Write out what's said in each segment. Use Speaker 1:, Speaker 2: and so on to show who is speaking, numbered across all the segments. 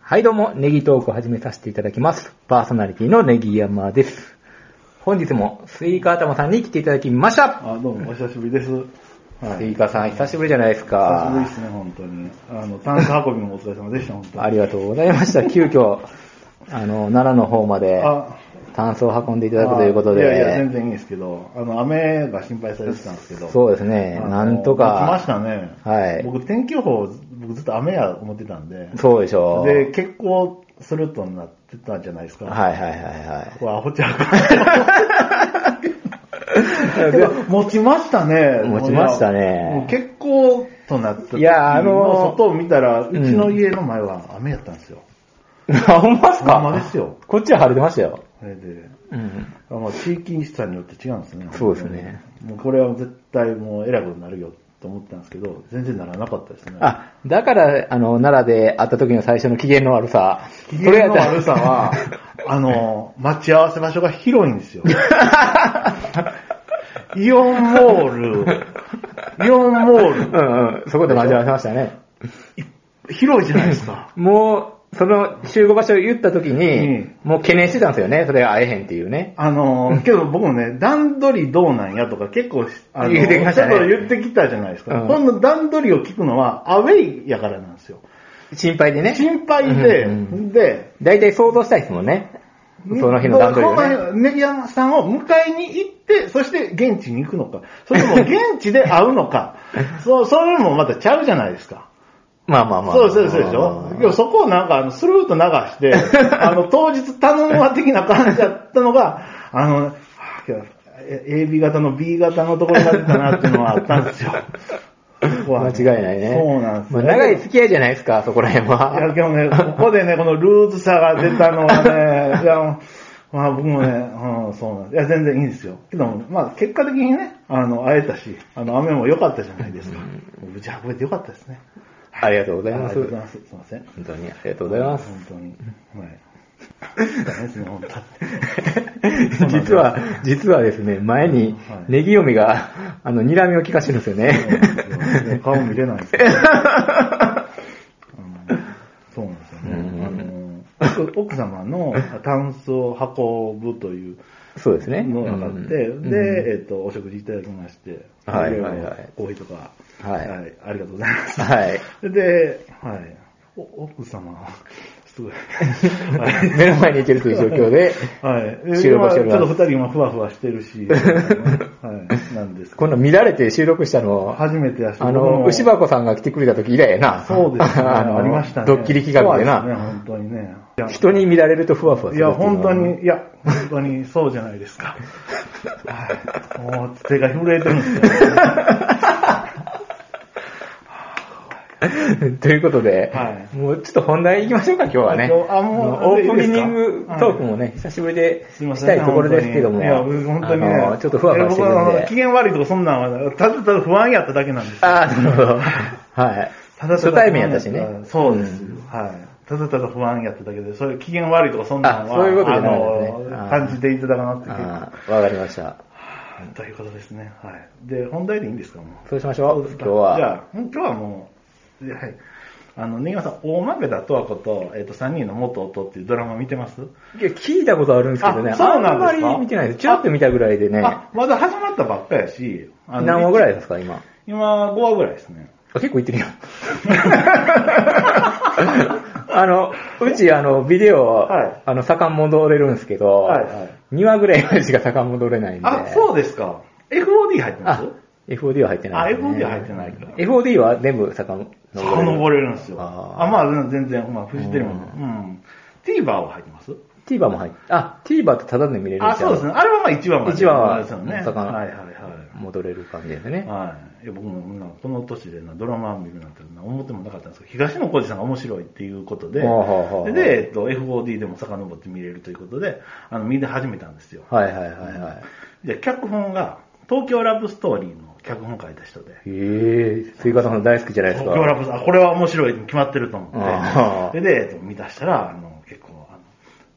Speaker 1: はい、どうも、ネギトークを始めさせていただきます。パーソナリティのネギ山です。本日もスイカ頭さんに来ていただきました。
Speaker 2: あどうもお久しぶりです。はい、
Speaker 1: スイカさん、久しぶりじゃないです
Speaker 2: 久しぶ
Speaker 1: か
Speaker 2: りで。すね、本当に。あの、単価運びもお疲れ様でした、本当に。
Speaker 1: ありがとうございました。急遽、あの、奈良の方まで、
Speaker 2: あ
Speaker 1: 炭素を運んでいただくということで。
Speaker 2: あいやいや、全然いいんですけど、あの、雨が心配されてたんですけど。
Speaker 1: そうですね、
Speaker 2: あの
Speaker 1: なんと
Speaker 2: 来まし
Speaker 1: か、
Speaker 2: たね。
Speaker 1: はい
Speaker 2: 僕、天気予報、僕ずっと雨や思ってたんで。
Speaker 1: そうでしょう。
Speaker 2: で、結構するとなってたんじゃないですか。
Speaker 1: はいはいはいはい。
Speaker 2: これアホちゃう かいや持ちましたね。
Speaker 1: 持ちましたね
Speaker 2: もう結構となって
Speaker 1: いやあの
Speaker 2: 外を見たら、う
Speaker 1: うん
Speaker 2: ちの家の前は雨やったんですよ。
Speaker 1: あ、 ほんまっすか
Speaker 2: ほんまですよ。
Speaker 1: こっちは晴れてましたよ。
Speaker 2: それで、
Speaker 1: うん。
Speaker 2: あまあ、地域差によって違うんですね。
Speaker 1: そうですね。
Speaker 2: もうこれは絶対もう偉くなるよと思ってたんですけど、全然ならなかったですね。
Speaker 1: あ、だから、あの、奈良で会った時の最初の機嫌の悪さ。
Speaker 2: 機嫌の悪
Speaker 1: そ
Speaker 2: さ
Speaker 1: れやっ
Speaker 2: は、あの、待ち合わせ場所が広いんですよ。イオンモール、イオンモー
Speaker 1: たら。 うんうん、そこで待ち合わせましたね。
Speaker 2: ル、広いじゃないですか。
Speaker 1: もう、その集合場所を言った時に、
Speaker 2: うん
Speaker 1: もう懸念してたんですよね。それが会えへんっていうね。
Speaker 2: あの、けど僕もね、段取りどうなんやとか結構、あの、
Speaker 1: 言ってきましたね
Speaker 2: ちょっと言ってきたじゃないですか。
Speaker 1: うん
Speaker 2: この段取りを聞くのはアウェイやからなんですよ。
Speaker 1: 心配でね。
Speaker 2: 心配で、
Speaker 1: うんうん
Speaker 2: で、
Speaker 1: 大体想像したいですもんね。その日の段取りを
Speaker 2: こ
Speaker 1: ね。
Speaker 2: の日ネギ山さんを迎えに行って、そして現地に行くのか、それとも現地で会うの か、そう、それもまたちゃうじゃないですか。
Speaker 1: まあまあまあ。
Speaker 2: そうそうそうでしょでもそこをなんかあのスルーと流して、 あの、当日頼むわ的な感じだったのが、あの、はあ今日え AB 型の B 型のところが出たなっていうのはあったんですよ。そこは
Speaker 1: 間
Speaker 2: ね
Speaker 1: 違いないね。
Speaker 2: そうなんです
Speaker 1: ま
Speaker 2: よ
Speaker 1: あ長い付き合いじゃないですか、そこら辺
Speaker 2: いや、
Speaker 1: は。
Speaker 2: でもね、ここでね、このルーズさが出たのは ね、いや、もうまあ僕もね、うん、そうなんです。いや、全然いいんですよ。けど、まあ結果的にね、あの、会えたし、あの、雨も良かったじゃないですか。無事運べて良かったですね。
Speaker 1: ありがとうござい
Speaker 2: あり
Speaker 1: ま
Speaker 2: が
Speaker 1: す
Speaker 2: とう。ございます。すいません。
Speaker 1: 本当にありがとうございます。
Speaker 2: 本当に。はい。ダメですね、本 当
Speaker 1: 実は、実はですね、前に
Speaker 2: はい
Speaker 1: ネギ嫁が、あの、睨みを聞かしてるんですよ
Speaker 2: うん
Speaker 1: ね。
Speaker 2: 顔見れないんですけどうんそうなんですよね。あの奥奥様のタンスを運ぶという
Speaker 1: そうですね。
Speaker 2: のがあって、
Speaker 1: うん
Speaker 2: で、えっと、お食事いただきまして、
Speaker 1: はいはいはい
Speaker 2: コーヒーとか、
Speaker 1: はい
Speaker 2: ありがとうございます。
Speaker 1: はい。
Speaker 2: で、はい。お奥様は、すごい。はい
Speaker 1: 目の前に行けるという状況で、
Speaker 2: はい。で
Speaker 1: 収録
Speaker 2: 今
Speaker 1: し
Speaker 2: ち
Speaker 1: ており
Speaker 2: ょ
Speaker 1: ます
Speaker 2: っと二人今ふわふわしてるし、はい。なんですけ
Speaker 1: こ
Speaker 2: ど
Speaker 1: んな見られて収録したの、
Speaker 2: 初めてやし、
Speaker 1: あ
Speaker 2: 僕
Speaker 1: の、
Speaker 2: も
Speaker 1: 牛箱さんが来てくれた時以来やな。
Speaker 2: そうですね。
Speaker 1: あ
Speaker 2: あ
Speaker 1: の
Speaker 2: りましたね。
Speaker 1: ドッキリ企画で
Speaker 2: そう
Speaker 1: な。
Speaker 2: すね、本当にね。いや
Speaker 1: 人に見られるとふわふわす
Speaker 2: い
Speaker 1: るって
Speaker 2: や、
Speaker 1: うのは
Speaker 2: 本当。に、いや、本当にそうじゃないですか。はいもう手が震えてるんですよ。
Speaker 1: ということで、
Speaker 2: はい
Speaker 1: もうちょっと本題行きましょうか、今日はね。
Speaker 2: あもう
Speaker 1: あのオープニン
Speaker 2: いい
Speaker 1: グ
Speaker 2: ですか
Speaker 1: トークもね、久しぶりです
Speaker 2: いませ
Speaker 1: し
Speaker 2: ん
Speaker 1: たいところですけども。
Speaker 2: いや、僕本当にね
Speaker 1: あの。ちょっとふわふわして
Speaker 2: いや僕はあの
Speaker 1: る
Speaker 2: 機
Speaker 1: んで。
Speaker 2: 嫌悪いとかそんなんは、ただただ不安やっただけなんですよ。
Speaker 1: ああ、なるほど。はい。
Speaker 2: ただただ
Speaker 1: 初対面やったしね。
Speaker 2: そうです
Speaker 1: ん。
Speaker 2: はい。ただただ不安やっただけで、それ機嫌悪いとかそんなんは、
Speaker 1: あそういうことじゃないですね
Speaker 2: あ
Speaker 1: あー
Speaker 2: の感じていただかなっていう
Speaker 1: ああ、わかりました。
Speaker 2: ということですね。はい。で、本題でいいんですか、もう。
Speaker 1: そうしましょう、今日
Speaker 2: じ
Speaker 1: は。
Speaker 2: ゃあ、今日はもう、ではい。あの、新潟さん、大豆田十和子と、えっ、と、三人の元夫っていうドラマ見てます、
Speaker 1: いや聞いたことあるんですけどね、
Speaker 2: あそうな
Speaker 1: あ
Speaker 2: んですか
Speaker 1: んまり見てないです。ちらっと見たぐらいでね、
Speaker 2: あ、まだ始まったばっかやし、あの
Speaker 1: 何話ぐらい
Speaker 2: い
Speaker 1: ですか、今。
Speaker 2: 今、5話ぐらいですね。
Speaker 1: あ結構いってるよ。 あの、うち、あの、ビデオ、
Speaker 2: はい
Speaker 1: あの、遡戻れるんですけど、
Speaker 2: はいはい
Speaker 1: 2話ぐらいまでしか遡戻れないんで。
Speaker 2: あ、そうですか。FOD 入ってま
Speaker 1: あ
Speaker 2: す、
Speaker 1: FOD は入ってない、
Speaker 2: あ FOD は入ってないか
Speaker 1: FOD は全部遡
Speaker 2: 遡
Speaker 1: れる。
Speaker 2: れるんですよ。
Speaker 1: あー
Speaker 2: あまあ、全然、まあ、フジテレビも。
Speaker 1: う
Speaker 2: うん。TVer は入ってます
Speaker 1: TVer も入って、あ、TVer ってタダで見れるん
Speaker 2: あ、そうですね。あれはまあ1話まで。
Speaker 1: 1話は
Speaker 2: ですよね。はい
Speaker 1: 遡
Speaker 2: はいはい。
Speaker 1: 戻れる感じですね。
Speaker 2: はい。いや僕もなこの年でなドラマ見るなんてな思ってもなかったんですけど、東野幸治さんが面白いっていうことで、
Speaker 1: ほうほうほうほう
Speaker 2: で、えっと、FOD でも遡って見れるということで、あの、見て始めたんですよ。
Speaker 1: はいはいはいはい。
Speaker 2: で、脚本が、東京ラブストーリーの脚本書いた人で、
Speaker 1: ええスイカさん大好きじゃないです
Speaker 2: 東
Speaker 1: か。
Speaker 2: 京ラブストーリー、あ、これは面白いに決まってると思
Speaker 1: あ
Speaker 2: っ
Speaker 1: ー
Speaker 2: て、で、でえっと、見出したら、あの、結構、あの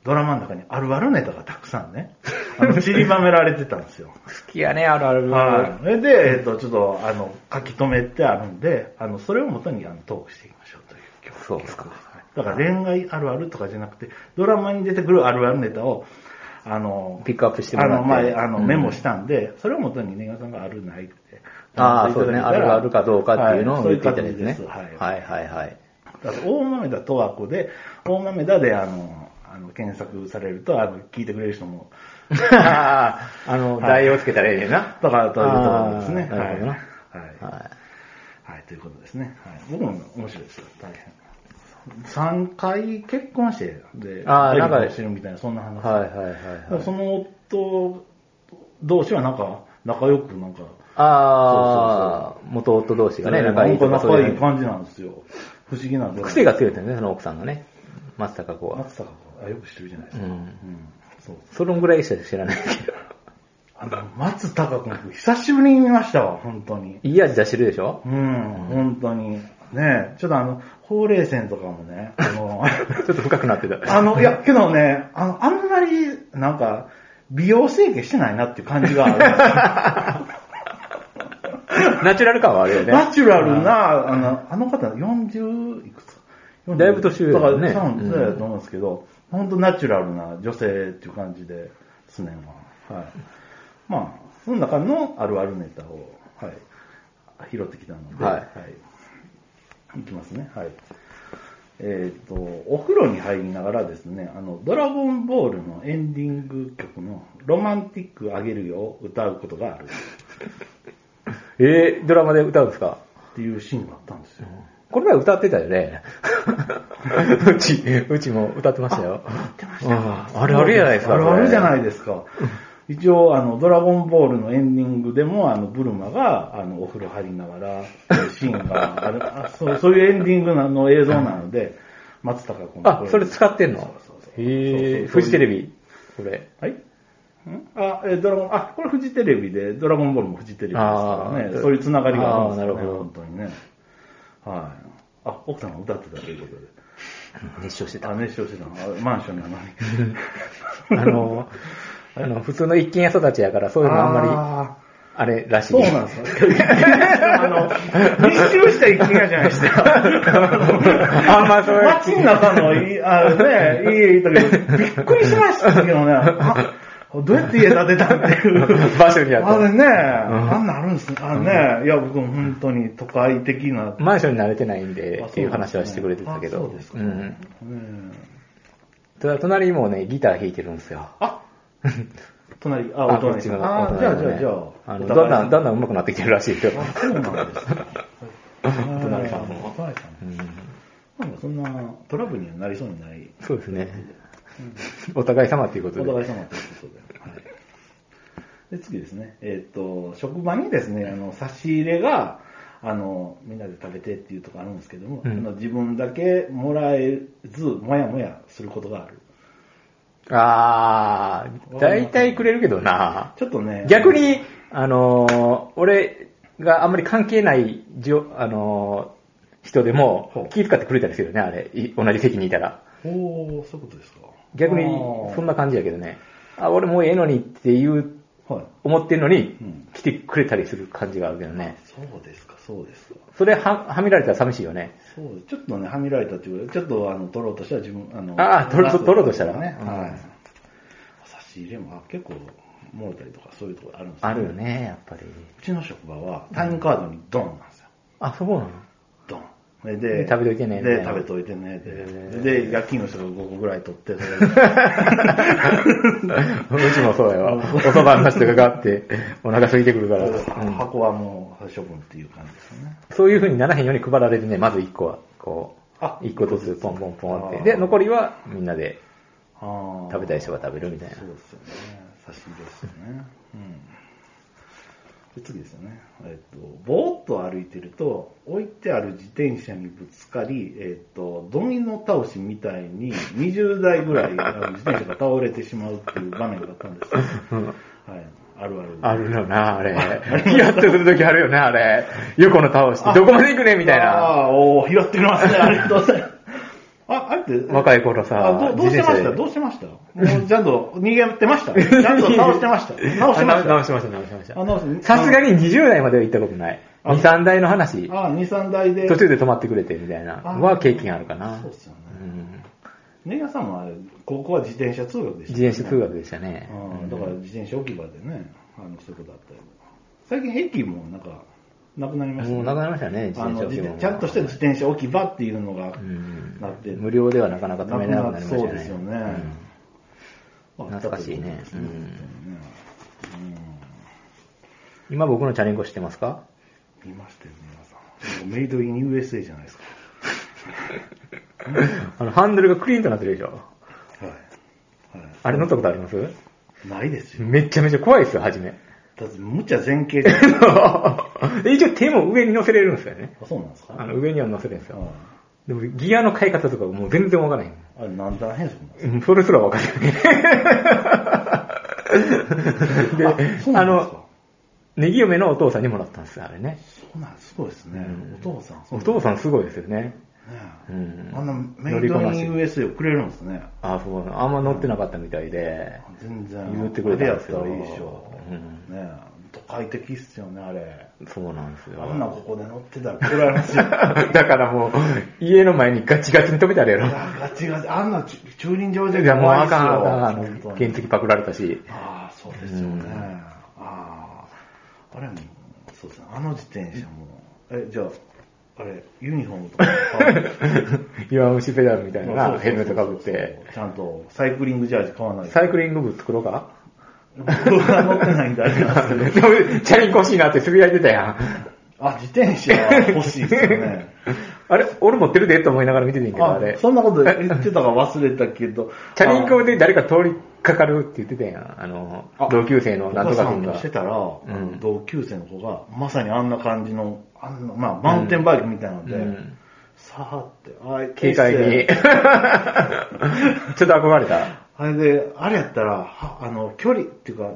Speaker 2: ドラマの中にあるあるネタがたくさんね、あの散りばめられてたんですよ。
Speaker 1: 好きやね、あるある。
Speaker 2: はい。それで、えっと、ちょっと、あの、書き留めてあるんで、あの、それをもとに、あの、トークしていきましょうという今日。
Speaker 1: そうですか
Speaker 2: はいだから恋愛あるあるとかじゃなくて、ドラマに出てくるあるあるネタを、あの、
Speaker 1: ピックアップしても
Speaker 2: あ
Speaker 1: ら
Speaker 2: の、
Speaker 1: って。
Speaker 2: 前、あの、
Speaker 1: うん
Speaker 2: メモしたんで、それをもとにネガさんがあるないって。
Speaker 1: ああ、そうですね。あるあるかどうかっていうのを
Speaker 2: は
Speaker 1: 言
Speaker 2: い
Speaker 1: っていただいてね
Speaker 2: そう。う感じですはい。
Speaker 1: はいはい はい。
Speaker 2: あと大豆田とわ子で、大豆田で、あの、あの検索されると、あの、聞いてくれる人も、
Speaker 1: あの、
Speaker 2: はい
Speaker 1: 代用つけたらええねんな。
Speaker 2: だから、というところですね。
Speaker 1: あーなるほどな
Speaker 2: はい。はい。
Speaker 1: は
Speaker 2: はい、ということですね。はい。僕も面白いですよ。大変。3回結婚して、で、
Speaker 1: あーなんか
Speaker 2: デビューしてるみたいな、そんな話。
Speaker 1: い。はいはいはいはい。
Speaker 2: その夫同士はなんか、仲良く、なんか、
Speaker 1: ああ、元夫同士がね、仲いいと
Speaker 2: な
Speaker 1: か
Speaker 2: んか
Speaker 1: そう
Speaker 2: 仲
Speaker 1: い
Speaker 2: いいう
Speaker 1: の。
Speaker 2: 感じなんですよ。不思議なんです
Speaker 1: 癖が強いですよね、その奥さんがね。松坂子は。
Speaker 2: 松坂君あよく知ってるじゃないで
Speaker 1: う。
Speaker 2: すか。うんん。そう
Speaker 1: そのぐらいしか知らないけど。
Speaker 2: あの、松たか君、久しぶりに見ましたわ、本当に。
Speaker 1: いい味出してるでしょ
Speaker 2: うん、本当に。ねえちょっとあの、ほうれい線とかもね、あの、
Speaker 1: ちょっと深くなってた。
Speaker 2: あの、いや、けどね、あの、あんまり、なんか、美容整形してないなっていう感じがあるんですよ。
Speaker 1: ナチュラル感はあるよね。
Speaker 2: ナチュラルな、あの、あの方40いくつ40
Speaker 1: だいぶ年上だよね
Speaker 2: だから、多
Speaker 1: う
Speaker 2: 分
Speaker 1: ん
Speaker 2: そうやと思うんですけど、本当ナチュラルな女性っていう感じで、すねは。はい。まあ、その中のあるあるネタを、はい、拾ってきたので、
Speaker 1: はい
Speaker 2: い。いきますね。はい。えっ、と、お風呂に入りながらですね、あの、ドラゴンボールのエンディング曲のロマンティックあげるよを歌うことがあるっ
Speaker 1: えー、ドラマで歌うんですか
Speaker 2: ていうシーンがあったんですよ。
Speaker 1: この前歌ってたよ ね。うち、うちも歌ってましたよ。歌ってましたあれあれじゃないですか。。
Speaker 2: あれあれじゃないいですか。一応、あの、ドラゴンボールのエンディングでも、あの、ブルマが、あの、お風呂入りながら、っていうシーンがある あそう、そういうエンディングなの映像なので、松たか子の
Speaker 1: あ、それ使ってんの
Speaker 2: そうそうそ
Speaker 1: へ
Speaker 2: うそうそうそうい
Speaker 1: え、
Speaker 2: う
Speaker 1: フジテレビこれ。
Speaker 2: はいんあ、え、ドラゴン、あ、これフジテレビで、ドラゴンボールもフジテレビですから
Speaker 1: あー
Speaker 2: ね、そういうつながりがあるんです
Speaker 1: あー
Speaker 2: よ
Speaker 1: な
Speaker 2: ね、
Speaker 1: るほど
Speaker 2: 本当にね。はい。あ、奥さんが歌ってたということで。
Speaker 1: 熱唱して
Speaker 2: あ、
Speaker 1: た。
Speaker 2: 熱唱してたのあマンションなのに。
Speaker 1: あの、あの普通の一軒家育ちやから、そういう のあんまり、
Speaker 2: あー
Speaker 1: あれらしい。
Speaker 2: そうなんですか。あの、密集した一軒家じゃないですか。
Speaker 1: あんまそういう
Speaker 2: 街の中のいい、あのね、家いたけど、びっくりしましたけどね。あどうやって家建てたっていう。
Speaker 1: 場所にあ
Speaker 2: あ
Speaker 1: っ
Speaker 2: れね、あんなんあるんですね。あのね、いや僕も本当に都会的な
Speaker 1: た。マンションに慣れてないんで
Speaker 2: あ、
Speaker 1: っていう話はしてくれてたけ
Speaker 2: そ
Speaker 1: ど
Speaker 2: うです。
Speaker 1: う
Speaker 2: か
Speaker 1: ん。
Speaker 2: うん
Speaker 1: ただ、隣にもね、ギター弾いてるんですよ。
Speaker 2: あ、隣、あ、
Speaker 1: あ
Speaker 2: お
Speaker 1: こっ
Speaker 2: 隣
Speaker 1: ち
Speaker 2: さ
Speaker 1: の
Speaker 2: ん。あ
Speaker 1: お、
Speaker 2: じゃあ
Speaker 1: 隣のね
Speaker 2: じゃあじゃあ。
Speaker 1: あ
Speaker 2: お
Speaker 1: の、
Speaker 2: 互
Speaker 1: だ
Speaker 2: い
Speaker 1: んだん、だんだん上手くなってきてるらしいけど。
Speaker 2: あ、そうなんですか。お
Speaker 1: 隣さんも
Speaker 2: お隣さんも
Speaker 1: うん
Speaker 2: なんかそんなトラブルにはなりそうにない。
Speaker 1: そうですね。 お互い様っていうこと
Speaker 2: お
Speaker 1: で。
Speaker 2: 互い様ということで。はい、で次ですね、えっ、と、職場にですね、あの差し入れが、あの、みんなで食べてっていうとこあるんですけども、
Speaker 1: うん
Speaker 2: あの自分だけもらえず、もやもやすることがある。
Speaker 1: あー、だいたいくれるけどな。
Speaker 2: ちょっとね、
Speaker 1: 逆に、あのー俺があんまり関係ないじょ、あのー人で
Speaker 2: ほ
Speaker 1: も
Speaker 2: う
Speaker 1: 気遣ってくれたりするよね、あれ。い同じ席にいたら。
Speaker 2: おー、そういうことですか。
Speaker 1: 逆に
Speaker 2: あー、
Speaker 1: そんな感じやけどね。あ、俺もうええのにっていう、
Speaker 2: はい。
Speaker 1: 思ってんのに
Speaker 2: うん、
Speaker 1: 来てくれたりする感じがあるけどね。
Speaker 2: そうですか、そうですか。
Speaker 1: それは、はみられたら寂しいよね。
Speaker 2: そうですちょっとね、はみられたっていうことで、ちょっとあの取ろうとしたら自分、あの、
Speaker 1: あー取ろうと
Speaker 2: 出す
Speaker 1: 取ろうとしたら
Speaker 2: ね、
Speaker 1: うん
Speaker 2: はい。差し入れもあ結構、もろたりとかそういうところあるんです
Speaker 1: あるよね、やっぱり。
Speaker 2: うちの職場はタイムカードにドンなんですよ。
Speaker 1: あ、そうな の
Speaker 2: ドン。それで、
Speaker 1: 食べといてねみたい
Speaker 2: で、
Speaker 1: な
Speaker 2: 食べといてね。で
Speaker 1: へ、
Speaker 2: で夜勤の人が5個ぐらい取って、それで
Speaker 1: うちもそうやわ。おそばの人がガって、お腹空いてくる から。うん
Speaker 2: 箱はもう処分っていう感じですよね。
Speaker 1: そういう風にならへんように配られるね、まず1個は。こ
Speaker 2: あ
Speaker 1: う、1個ずつポンポンポンっ
Speaker 2: あ
Speaker 1: て。
Speaker 2: ー
Speaker 1: で、残りはみんなで
Speaker 2: あー
Speaker 1: 食べたい人が食べるみたいな
Speaker 2: そう。ですよね。差し入れですよね。うん。で次ですよね。えっと、ぼーっと歩いてると、置いてある自転車にぶつかり、えっと、ドミノ倒しみたいに20台ぐらいあの自転車が倒れてしまうっていう場面があったんですよ。はい。あるある。
Speaker 1: あるよな、 あれ。ヒヤッとするときあるよね、あれ。横の倒して、
Speaker 2: あ
Speaker 1: どこまで行くねみたいな。
Speaker 2: ああ、おー拾ってくれますね。ありがとうございます。あ、あれって。
Speaker 1: 若い頃さ
Speaker 2: あどうどうしてま
Speaker 1: 自転車
Speaker 2: した
Speaker 1: で
Speaker 2: どうしてましたもうちゃんと逃げてました ちゃんと倒してました。直してま
Speaker 1: あな
Speaker 2: した。
Speaker 1: 直しました、直しました
Speaker 2: あ直し。
Speaker 1: さすがに20代までは行ったことない。
Speaker 2: あ
Speaker 1: 2、3台の話、
Speaker 2: ああ、2、3台で。
Speaker 1: 途中で止まってくれてみたいな、
Speaker 2: あ
Speaker 1: は経験あるかな。
Speaker 2: そうですよね
Speaker 1: うん
Speaker 2: ネガさんはあれ、高校は自転車通学でした、
Speaker 1: 自転車通学でしたね。
Speaker 2: うんだから自転車置き場でね、あの、そういうことあったり。最近駅もなんか、なくなりました
Speaker 1: もうなくなりましたね、自
Speaker 2: あ
Speaker 1: 転
Speaker 2: の
Speaker 1: 車置き
Speaker 2: 自
Speaker 1: 場も
Speaker 2: 転ちゃんとした自転車置き場っていうのが
Speaker 1: うん
Speaker 2: なって、
Speaker 1: 無料ではなかなか止めなくなりましたね。
Speaker 2: なくなそうですよね
Speaker 1: うん懐かしいね
Speaker 2: あったということですね
Speaker 1: うん今僕のチャリンコ知ってます か
Speaker 2: うん見ましたよ、皆さん。メイドイン USA じゃないですか。
Speaker 1: あの、ハンドルがクリーンとなってるでしょ。
Speaker 2: はい。は
Speaker 1: あれ乗ったことあります
Speaker 2: い、ないですよ。
Speaker 1: めちゃめちゃ怖いですよ、初め。
Speaker 2: だって、無茶前傾じゃない
Speaker 1: 一応手も上に乗せれるんですよね。
Speaker 2: あそうなんですか
Speaker 1: あの、上には乗せれるんです
Speaker 2: うん
Speaker 1: よ。でも、ギアの買い方とかもう全然わからへん。
Speaker 2: あれ、なんだ変そんな
Speaker 1: うんそれすらわかんない。 で、
Speaker 2: あそうな
Speaker 1: あ
Speaker 2: んです
Speaker 1: の
Speaker 2: か、
Speaker 1: ネギ嫁のお父さんにもらったんですよ、あれね。
Speaker 2: そうなんです。ごいですね。
Speaker 1: うん
Speaker 2: お父さん。
Speaker 1: お父
Speaker 2: さ
Speaker 1: さんすごいですよね。
Speaker 2: ん。ね
Speaker 1: う
Speaker 2: え
Speaker 1: ん。
Speaker 2: あんなメ
Speaker 1: 乗
Speaker 2: イ
Speaker 1: り
Speaker 2: ド
Speaker 1: こな
Speaker 2: イ
Speaker 1: し
Speaker 2: ン USA をくれるんですね。
Speaker 1: あ、そうなのあんま乗ってなかったみたいで、
Speaker 2: 全然。
Speaker 1: 言ってくれたんですよ
Speaker 2: あれやったらいいでしょ。
Speaker 1: うん
Speaker 2: ねえ都会的っすよね、あれ。
Speaker 1: そうなんですよ。
Speaker 2: あんなここで乗ってたら怒られますよ。
Speaker 1: だからもう、家の前にガチガチに止めてあれやろ。
Speaker 2: いやガチガチ。あんな駐駐輪場
Speaker 1: い
Speaker 2: じ
Speaker 1: や、
Speaker 2: ゃ
Speaker 1: もう
Speaker 2: 怖い
Speaker 1: あ
Speaker 2: っすよ。
Speaker 1: かん、あかん、あの
Speaker 2: 本当、に
Speaker 1: 原付パクられたし。
Speaker 2: ああ、そうですよね。
Speaker 1: うん
Speaker 2: ああ。あれも、そうですね。あの自転車も。え、じゃあ、あれ、ユニフォームとか。
Speaker 1: 弱虫ペダルみたい
Speaker 2: まあ
Speaker 1: な、ヘルメットかぶって。。
Speaker 2: そうそうそうそうちゃんとサイクリングジャージ買わないと。
Speaker 1: サイクリング部作ろう か
Speaker 2: 僕は乗ってないんであれな んですけど。
Speaker 1: でもチャリンコ欲しいなってつぶやいてたやん。
Speaker 2: あ、自転車欲しいですよね。
Speaker 1: あれ俺持ってるでと思いながら見ててんけど、あ
Speaker 2: あ
Speaker 1: れ。。
Speaker 2: そんなこと言ってたか忘れたけど
Speaker 1: チャリンコで誰か通りかかるって言ってたやん。あの
Speaker 2: あ、
Speaker 1: 同級生のなんとか君
Speaker 2: お母さん
Speaker 1: が
Speaker 2: とし。てたら、
Speaker 1: ん
Speaker 2: 同級生の子が、まさにあんな感じの、あんな、まあ、マウンテンバイクみたいなので、
Speaker 1: うん
Speaker 2: さあって、あい
Speaker 1: 軽快に。ちょ っと憧れた。
Speaker 2: あれで、あれやったら、はあの、距離っていうか、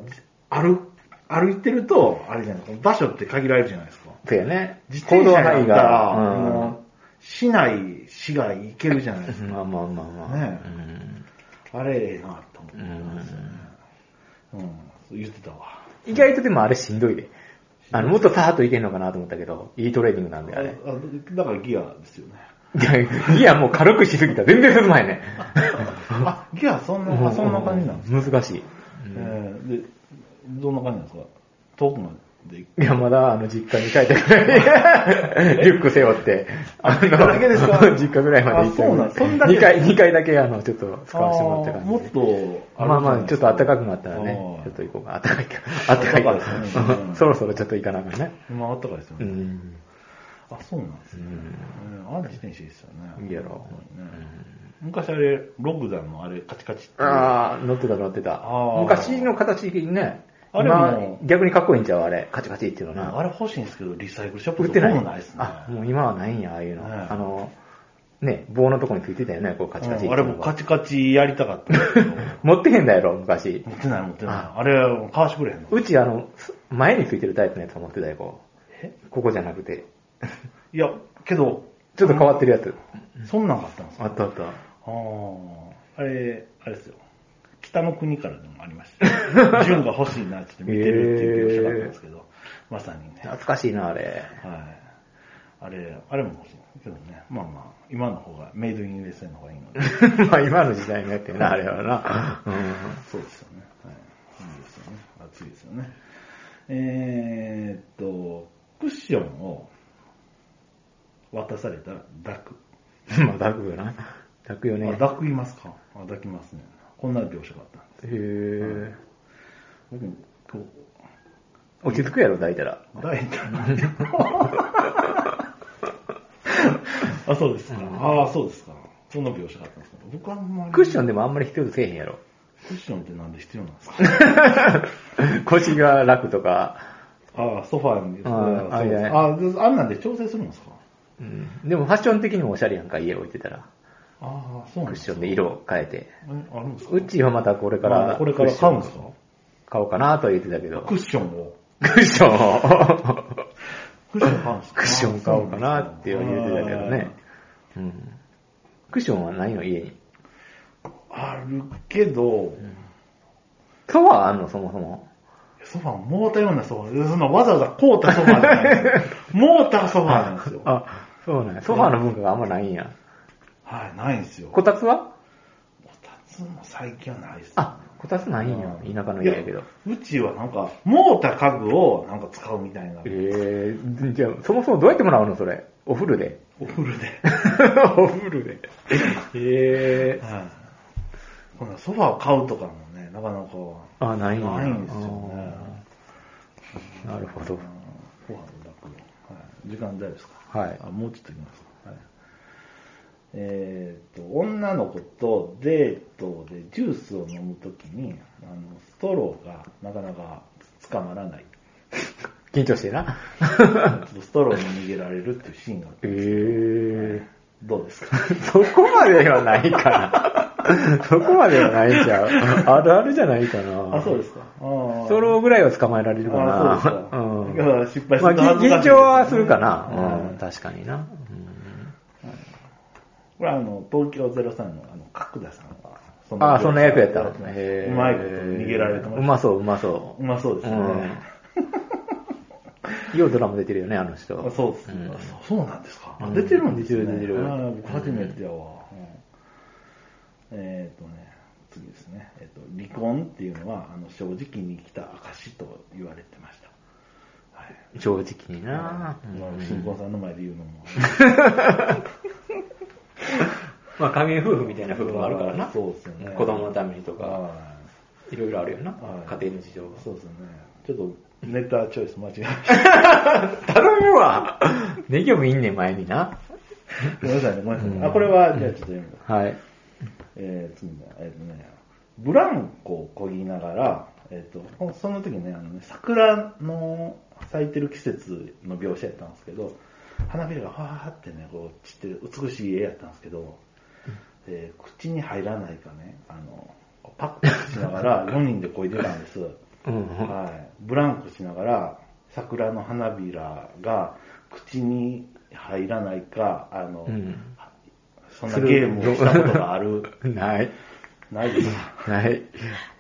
Speaker 2: 歩、歩いてると、あれじゃないですか、場所って限られるじゃないですか。
Speaker 1: そうやね。
Speaker 2: 自転車やったら、
Speaker 1: うん
Speaker 2: もう、市内、市外行けるじゃないですか。
Speaker 1: まあまあまあまあ。
Speaker 2: ねあれ、ええなと思って
Speaker 1: うんう。ん
Speaker 2: うん、言ってたわ。
Speaker 1: 意外とでもあれしんどいで。あの、もっとさーっといけんのかなと思ったけど、いいトレーニングなんであ れ。
Speaker 2: あだからギアですよね。
Speaker 1: いや、もう軽くしすぎた。全然進まへんね。
Speaker 2: あ、ギアそん な、あそんな感じなんですか、
Speaker 1: す難しい。
Speaker 2: えーで、どんな感じなんですか遠くまで行く。
Speaker 1: いや、まだ、あの、実家に帰ってくらい。 リュック背負って。あの、
Speaker 2: 実家だけですか
Speaker 1: 実家ぐらいまで行って。
Speaker 2: あそうなんそんだけ
Speaker 1: 2回、二回だけ、あの、ちょっと使わせてもらった
Speaker 2: あ
Speaker 1: 感
Speaker 2: ー
Speaker 1: じ。
Speaker 2: もっと、
Speaker 1: まあまあ、ちょっと暖かくなったら
Speaker 2: あ
Speaker 1: ね
Speaker 2: ー、
Speaker 1: ちょっと行こうか。暖かいか。暖かい
Speaker 2: 暖かいですね
Speaker 1: か。
Speaker 2: う ん
Speaker 1: そろそろちょっと行かなあかんね。
Speaker 2: 今あったかいですよ
Speaker 1: う
Speaker 2: ね。
Speaker 1: ん。
Speaker 2: あ、そうなんですね。うん、あれ自転車いいですよ
Speaker 1: い
Speaker 2: ね。
Speaker 1: いやろ。
Speaker 2: 昔あれ、ログダンのあれ、カチカチっていう。
Speaker 1: ああ、乗ってた乗ってた
Speaker 2: あ。ー
Speaker 1: 昔の形的にね、
Speaker 2: あれ
Speaker 1: 今
Speaker 2: も、
Speaker 1: 逆にかっこいいんちゃうあれ。カチカチっていうの
Speaker 2: あ
Speaker 1: な。
Speaker 2: れ欲しいんですけど、リサイクルショップ
Speaker 1: 売ってない
Speaker 2: どこもないですね。
Speaker 1: あ、もう今はないんや、ああいうの。
Speaker 2: ね
Speaker 1: あの、ね、棒のとこについてたよね、こうカチカチって
Speaker 2: う
Speaker 1: い
Speaker 2: ん
Speaker 1: う
Speaker 2: あれ
Speaker 1: のが
Speaker 2: もカチカチやりたかったんですけど
Speaker 1: 持ってへんだやろ、昔。
Speaker 2: 持ってない持ってない。あれ、買わしてくれへんの。
Speaker 1: うち、あの、す前についてるタイプのやつ持ってたよ、こ
Speaker 2: え
Speaker 1: う。ここじゃなくて。
Speaker 2: いや、けど、
Speaker 1: ちょっと変わってるやつ。
Speaker 2: そんなん買ったんですよ。
Speaker 1: あったあった。
Speaker 2: あーあれ、あれですよ。北の国からでもあり ました。純が欲しいなって言って見てるっていう描写があったんですけど、まさにね。はい。
Speaker 1: 懐かしいな、あれ。
Speaker 2: あれ、あれも欲しいんですけどね。まあまあ、今の方が、メイドイン USA の方がいいので。
Speaker 1: まあ今の時代になってな、あれはな。
Speaker 2: そうですよね。はい。いいですよね。暑いですよね。えーっと、クッションを渡されたら抱く。
Speaker 1: うん。まあ抱くよな。抱くよね。
Speaker 2: あ抱くいますかあ抱きますね。こんな描写があったんです。
Speaker 1: へー
Speaker 2: 僕も今日、
Speaker 1: 落ち着くやろ、抱いたら。
Speaker 2: 抱いたな。あ、そうですか。ああ、そうですか。そんな描写があったんですか僕はあんまり。
Speaker 1: クッショ
Speaker 2: ン
Speaker 1: ンでもあんまり必要とせえへんやろ。
Speaker 2: クッションってなんで必要なんですか
Speaker 1: 腰が楽とか。
Speaker 2: ああ、ソファーに。
Speaker 1: あ
Speaker 2: そう
Speaker 1: ああいやいや
Speaker 2: ああ、であんなんで調整するんですか
Speaker 1: うん。でもファッション的にもおしゃれやんか、家置いてたら。
Speaker 2: ああ、そうな
Speaker 1: クッ
Speaker 2: んです
Speaker 1: シ
Speaker 2: か
Speaker 1: ョンで色を変えて。
Speaker 2: えあるんですか
Speaker 1: うちはまたこれか
Speaker 2: ま
Speaker 1: ら。
Speaker 2: あこれから買うんですか
Speaker 1: 買おうかなとは言ってたけど。
Speaker 2: クッションを。
Speaker 1: クッションを。
Speaker 2: クッション買うんです か
Speaker 1: クッション買おうかなって言ってたけどね。うん。クッションはないの家に。
Speaker 2: あー。あるけど、
Speaker 1: ソファーあんのそもそも。
Speaker 2: ソファー、もうたようなソファー。そんなわざわざ凍ったソファーじゃないですモーターソファーなんですよ。は
Speaker 1: あ、そうなんや。ソファーの文化があんまないんや。
Speaker 2: い、ないんですよ。こ
Speaker 1: こたつは
Speaker 2: たつも最近はないです、
Speaker 1: あ、こたつないんや。田舎の家やけど
Speaker 2: い。やうちはなんか、モーター家具をなんか使うみたいな。
Speaker 1: えー、じゃあ、そもそもどうやってもらうのそれ。お風呂 で。
Speaker 2: お風 呂で。
Speaker 1: お風呂で。 えー。
Speaker 2: はい。こんなソファーを買うとかもね、なかなか
Speaker 1: あ、ないんや。
Speaker 2: ないんですよね。
Speaker 1: あーなるほど。
Speaker 2: ご飯の楽はい。時間大丈夫ですか
Speaker 1: はい
Speaker 2: あ、もうちょっといきますか。はい。えーっと、女の子とデートでジュースを飲むときに、あの、ストローがなかなか捕まらない。
Speaker 1: 緊張して な。
Speaker 2: ちょっとストローに逃げられるっていうシーンがあっ
Speaker 1: え
Speaker 2: て、
Speaker 1: ー。
Speaker 2: どうですか
Speaker 1: そこまではないかな。 そこまではないじゃん。あるあるじゃないかな。
Speaker 2: あ、そうですか。ああ
Speaker 1: ストローぐらいは捕まえられるか
Speaker 2: あそうですか
Speaker 1: な。
Speaker 2: いや失敗すると
Speaker 1: まあ
Speaker 2: 恥ずかしいです
Speaker 1: 緊張
Speaker 2: ね
Speaker 1: はするかな。
Speaker 2: う
Speaker 1: うんん、確かにな。
Speaker 2: これはあの、東京03のあの、角田さんが、そ
Speaker 1: うん、ああ、そんな役やった。
Speaker 2: うまいこと逃げられてま
Speaker 1: う
Speaker 2: した。
Speaker 1: まそう、うまそう
Speaker 2: う。まそうですね。
Speaker 1: うん。ようドラマ出てるよね、あの人。
Speaker 2: あそうです、
Speaker 1: ん
Speaker 2: あそうそうなんですか。あ
Speaker 1: うん
Speaker 2: 出てるんですね。
Speaker 1: 出てる出てる
Speaker 2: あー僕初めてやわ。うんえっ、とね、次ですね。えっ、と、離婚っていうのは、あの、正直に来た証と言われてました。はい。
Speaker 1: 正直にな。
Speaker 2: まあ新婚さんの前で言うのも。
Speaker 1: まあ、仮面夫婦みたいな夫婦 もあるからな。
Speaker 2: そうですよね。
Speaker 1: 子供のためにとか、
Speaker 2: はい
Speaker 1: ろいろあるよな
Speaker 2: はい。
Speaker 1: 家庭の事情が。
Speaker 2: い。そうですよね。ちょっと、ネタチョイス間違えました。
Speaker 1: 頼むわ。ネギを見んねん、前にな。
Speaker 2: ごめんなさいね、ごめんなさいね。あ、これは、じゃあちょっと読みます。
Speaker 1: はい。
Speaker 2: えー、次ね、えっ、とね、ブランコをこぎながら、えっ、と、その時ね、あのね、桜の咲いてる季節の描写やったんですけど、花びらがファーってね、こう散ってる美しい絵やったんですけど、えー口に入らないかね、あの、こうパックしなが ら4人でこいでたんです。
Speaker 1: うん。
Speaker 2: はい。ブランコしながら、桜の花びらが口に入らないか、あの、
Speaker 1: うん
Speaker 2: そんなゲームをしたことがある。
Speaker 1: ない。
Speaker 2: ないです。
Speaker 1: ない。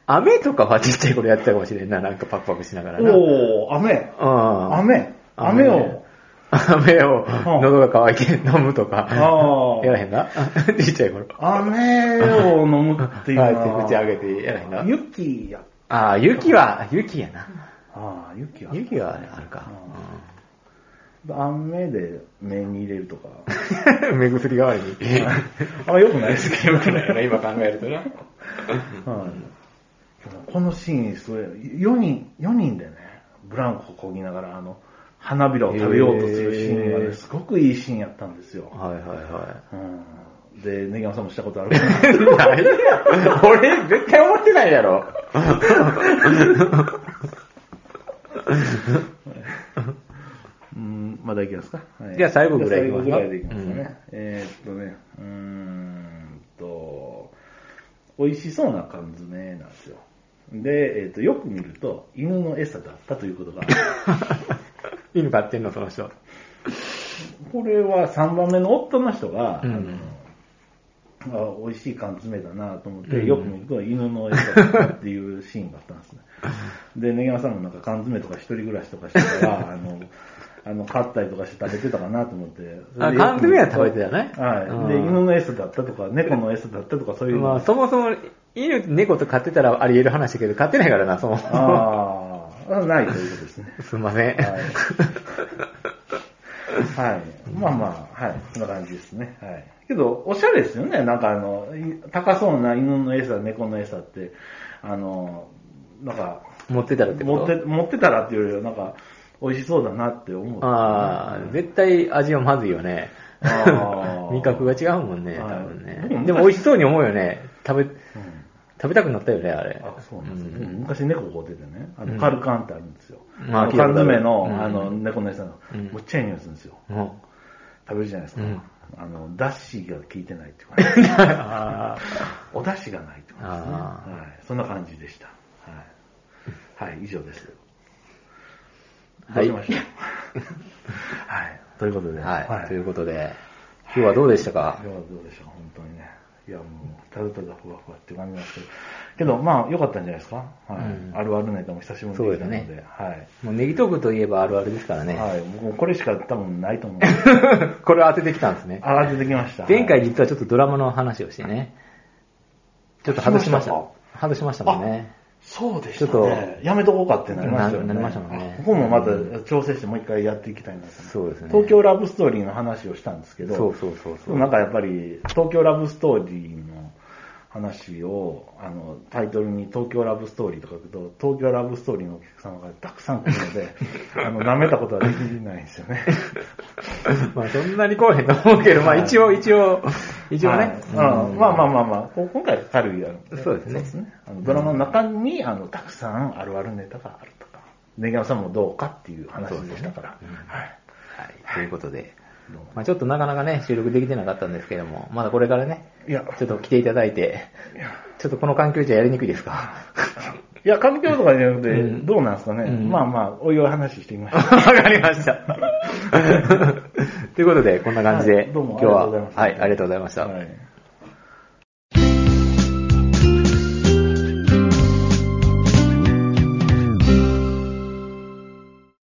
Speaker 1: 雨とかはちっちゃい頃やってたかもしれんな。なんかパクパクしながらな。うん。
Speaker 2: おー、雨。雨。雨を。。
Speaker 1: 雨を、
Speaker 2: ん
Speaker 1: 喉が乾いて飲むとか。
Speaker 2: あ
Speaker 1: やら
Speaker 2: ー
Speaker 1: へんな。 ちっちゃい頃。
Speaker 2: 雨を飲むっていうの
Speaker 1: は
Speaker 2: は。
Speaker 1: い手口上げてやらへんな
Speaker 2: 雪や。
Speaker 1: ああ、雪は、雪やな。
Speaker 2: ああ、雪や。
Speaker 1: 雪はあるか。
Speaker 2: 雨で目に入れるとか。
Speaker 1: うん 目薬代わりに。
Speaker 2: あんま良くないです けど。
Speaker 1: よくないよな、今考えるとな。
Speaker 2: はいこのシーン、すごい。4人、四人でね、ブランコこぎながら、あの、花びらを食べようとするシーンが
Speaker 1: へ
Speaker 2: ね、
Speaker 1: ー
Speaker 2: すごくいいシーンやったんですよ。
Speaker 1: はいはいはい。
Speaker 2: うん、で、ネギマさんもしたことあるかな
Speaker 1: ない や俺、絶対思ってないやろ。
Speaker 2: うん、まだいきますか。はい
Speaker 1: じゃあ最後ぐらい
Speaker 2: じ
Speaker 1: い
Speaker 2: ゃ
Speaker 1: き
Speaker 2: あ最
Speaker 1: ます
Speaker 2: 後ぐ
Speaker 1: から
Speaker 2: いでいきますかね。えーっとね、うーんと、美味しそうな缶詰なんですよ。で、えーっと、よく見ると、犬の餌だったということが、
Speaker 1: 犬飼ってんの、その人。
Speaker 2: これは3番目の夫の人が、
Speaker 1: うん
Speaker 2: あのあ美味しい缶詰だなと思っ
Speaker 1: う
Speaker 2: て、
Speaker 1: ん
Speaker 2: よく見ると犬の餌だったっていうシーンがあった んですね。で、ネギマさんもなんか缶詰とか一人暮らしとかしてた ら、あの、あの、買ったりとかして食べてたかなと思って。それ
Speaker 1: あ
Speaker 2: で
Speaker 1: 缶詰は食べてたね
Speaker 2: はい。
Speaker 1: うん
Speaker 2: で、犬の餌だったとか、猫の餌だったとか、そういうの。
Speaker 1: まあ、そもそも、犬、猫と飼ってたらあり得る話だけど、飼ってないからな、そもそも。
Speaker 2: ああ、ないということですね。
Speaker 1: すいません。
Speaker 2: はい。はい。まあまあ、はい。そんな感じですね。はい。けど、おしゃれですよね。なんかあの、い高そうな犬の餌、猫の餌って、あの、なんか、
Speaker 1: 持ってたらってこ
Speaker 2: 持
Speaker 1: と
Speaker 2: って、持ってたらっていうよりは、なんか、美味しそうだなって思う。
Speaker 1: ああ、絶対味はまずいよね
Speaker 2: あー。
Speaker 1: 味覚が違うもんね、多
Speaker 2: はい
Speaker 1: 分
Speaker 2: でも
Speaker 1: ね。でも美味しそうに思うよね。食べ、
Speaker 2: うん
Speaker 1: 食べたくなったよね、あれ。
Speaker 2: あ、そうなんですね。うん昔猫飼うててね、あの、カルカンってあるんですよ。
Speaker 1: まあ
Speaker 2: あの缶詰の
Speaker 1: 聞い、たこと
Speaker 2: あ
Speaker 1: ある
Speaker 2: の、猫の餌の、
Speaker 1: うん
Speaker 2: むっちゃいい匂いするんですよ。
Speaker 1: うん。
Speaker 2: 食べるじゃないですか。
Speaker 1: うん
Speaker 2: あの、だしが効いてないっていうか、
Speaker 1: あ
Speaker 2: おだしがないってことですね。
Speaker 1: あー
Speaker 2: はい。そんな感じでした。はい。はい、以上です。
Speaker 1: はい
Speaker 2: どうしましょ うはい。ということで。
Speaker 1: あ。はい。という
Speaker 2: 今
Speaker 1: ことで、今日はどうでした
Speaker 2: 日は
Speaker 1: か
Speaker 2: どうでしょう、本当にね。いや、もう、ただただふわふわっていう感じなんですけど、けど、まあ、良かったんじゃないですか。はい。
Speaker 1: うん
Speaker 2: あるあるネタも久しぶりにできたので。
Speaker 1: そうですね
Speaker 2: はい。
Speaker 1: もうネギトークといえばあるあるですからね。
Speaker 2: はい。もうこれしか多分ないと思う。
Speaker 1: これを当ててきたんですね。
Speaker 2: あ、出てきました。
Speaker 1: 前回実はちょっとドラマの話をしてね。ちょっと外しました。
Speaker 2: しま
Speaker 1: 外しましたもんね。
Speaker 2: そうでした
Speaker 1: ちょ
Speaker 2: ね。やめとこうかってなりましたよね。
Speaker 1: ななりましたもんね
Speaker 2: あここもまた調整してもう一回やっていきたいなと
Speaker 1: そうですね。
Speaker 2: 東京ラブストーリーの話をしたんですけど、
Speaker 1: そうそうそう
Speaker 2: で
Speaker 1: そ
Speaker 2: も
Speaker 1: う。
Speaker 2: なんかやっぱり、東京ラブストーリーの話を、あの、タイトルに東京ラブストーリーとか書くと、東京ラブストーリーのお客様がたくさん来る ので、あの、舐めたことはできないんですよね。
Speaker 1: まあそんなに来へんと思うけど、まあ一応、一応、一応
Speaker 2: はい
Speaker 1: ね。
Speaker 2: うんまあまあまあまあ、こう今回は軽いあの
Speaker 1: そうですね
Speaker 2: あのドラマの中に、あの、たくさんあるあるネタがあるとか、ネギャさんもどうかっていう話でしたから、はい。
Speaker 1: はい、ということで。
Speaker 2: どうも
Speaker 1: まあちょっとなかなかね、収録できてなかったんですけども、まだこれからね、
Speaker 2: いや、
Speaker 1: ちょっと来ていただいて、ちょっとこの環境じゃやりにくいですか
Speaker 2: いや、環境とかじゃなくて、
Speaker 1: うん
Speaker 2: どうなんですかね。
Speaker 1: うん
Speaker 2: まあまあ、おいおい話してみましょう
Speaker 1: わかりま した。ということで、こんな感じで、
Speaker 2: はいどうも
Speaker 1: 今日
Speaker 2: ありがとうござ
Speaker 1: は
Speaker 2: いま、した
Speaker 1: はい、ありがとうございました。
Speaker 2: はい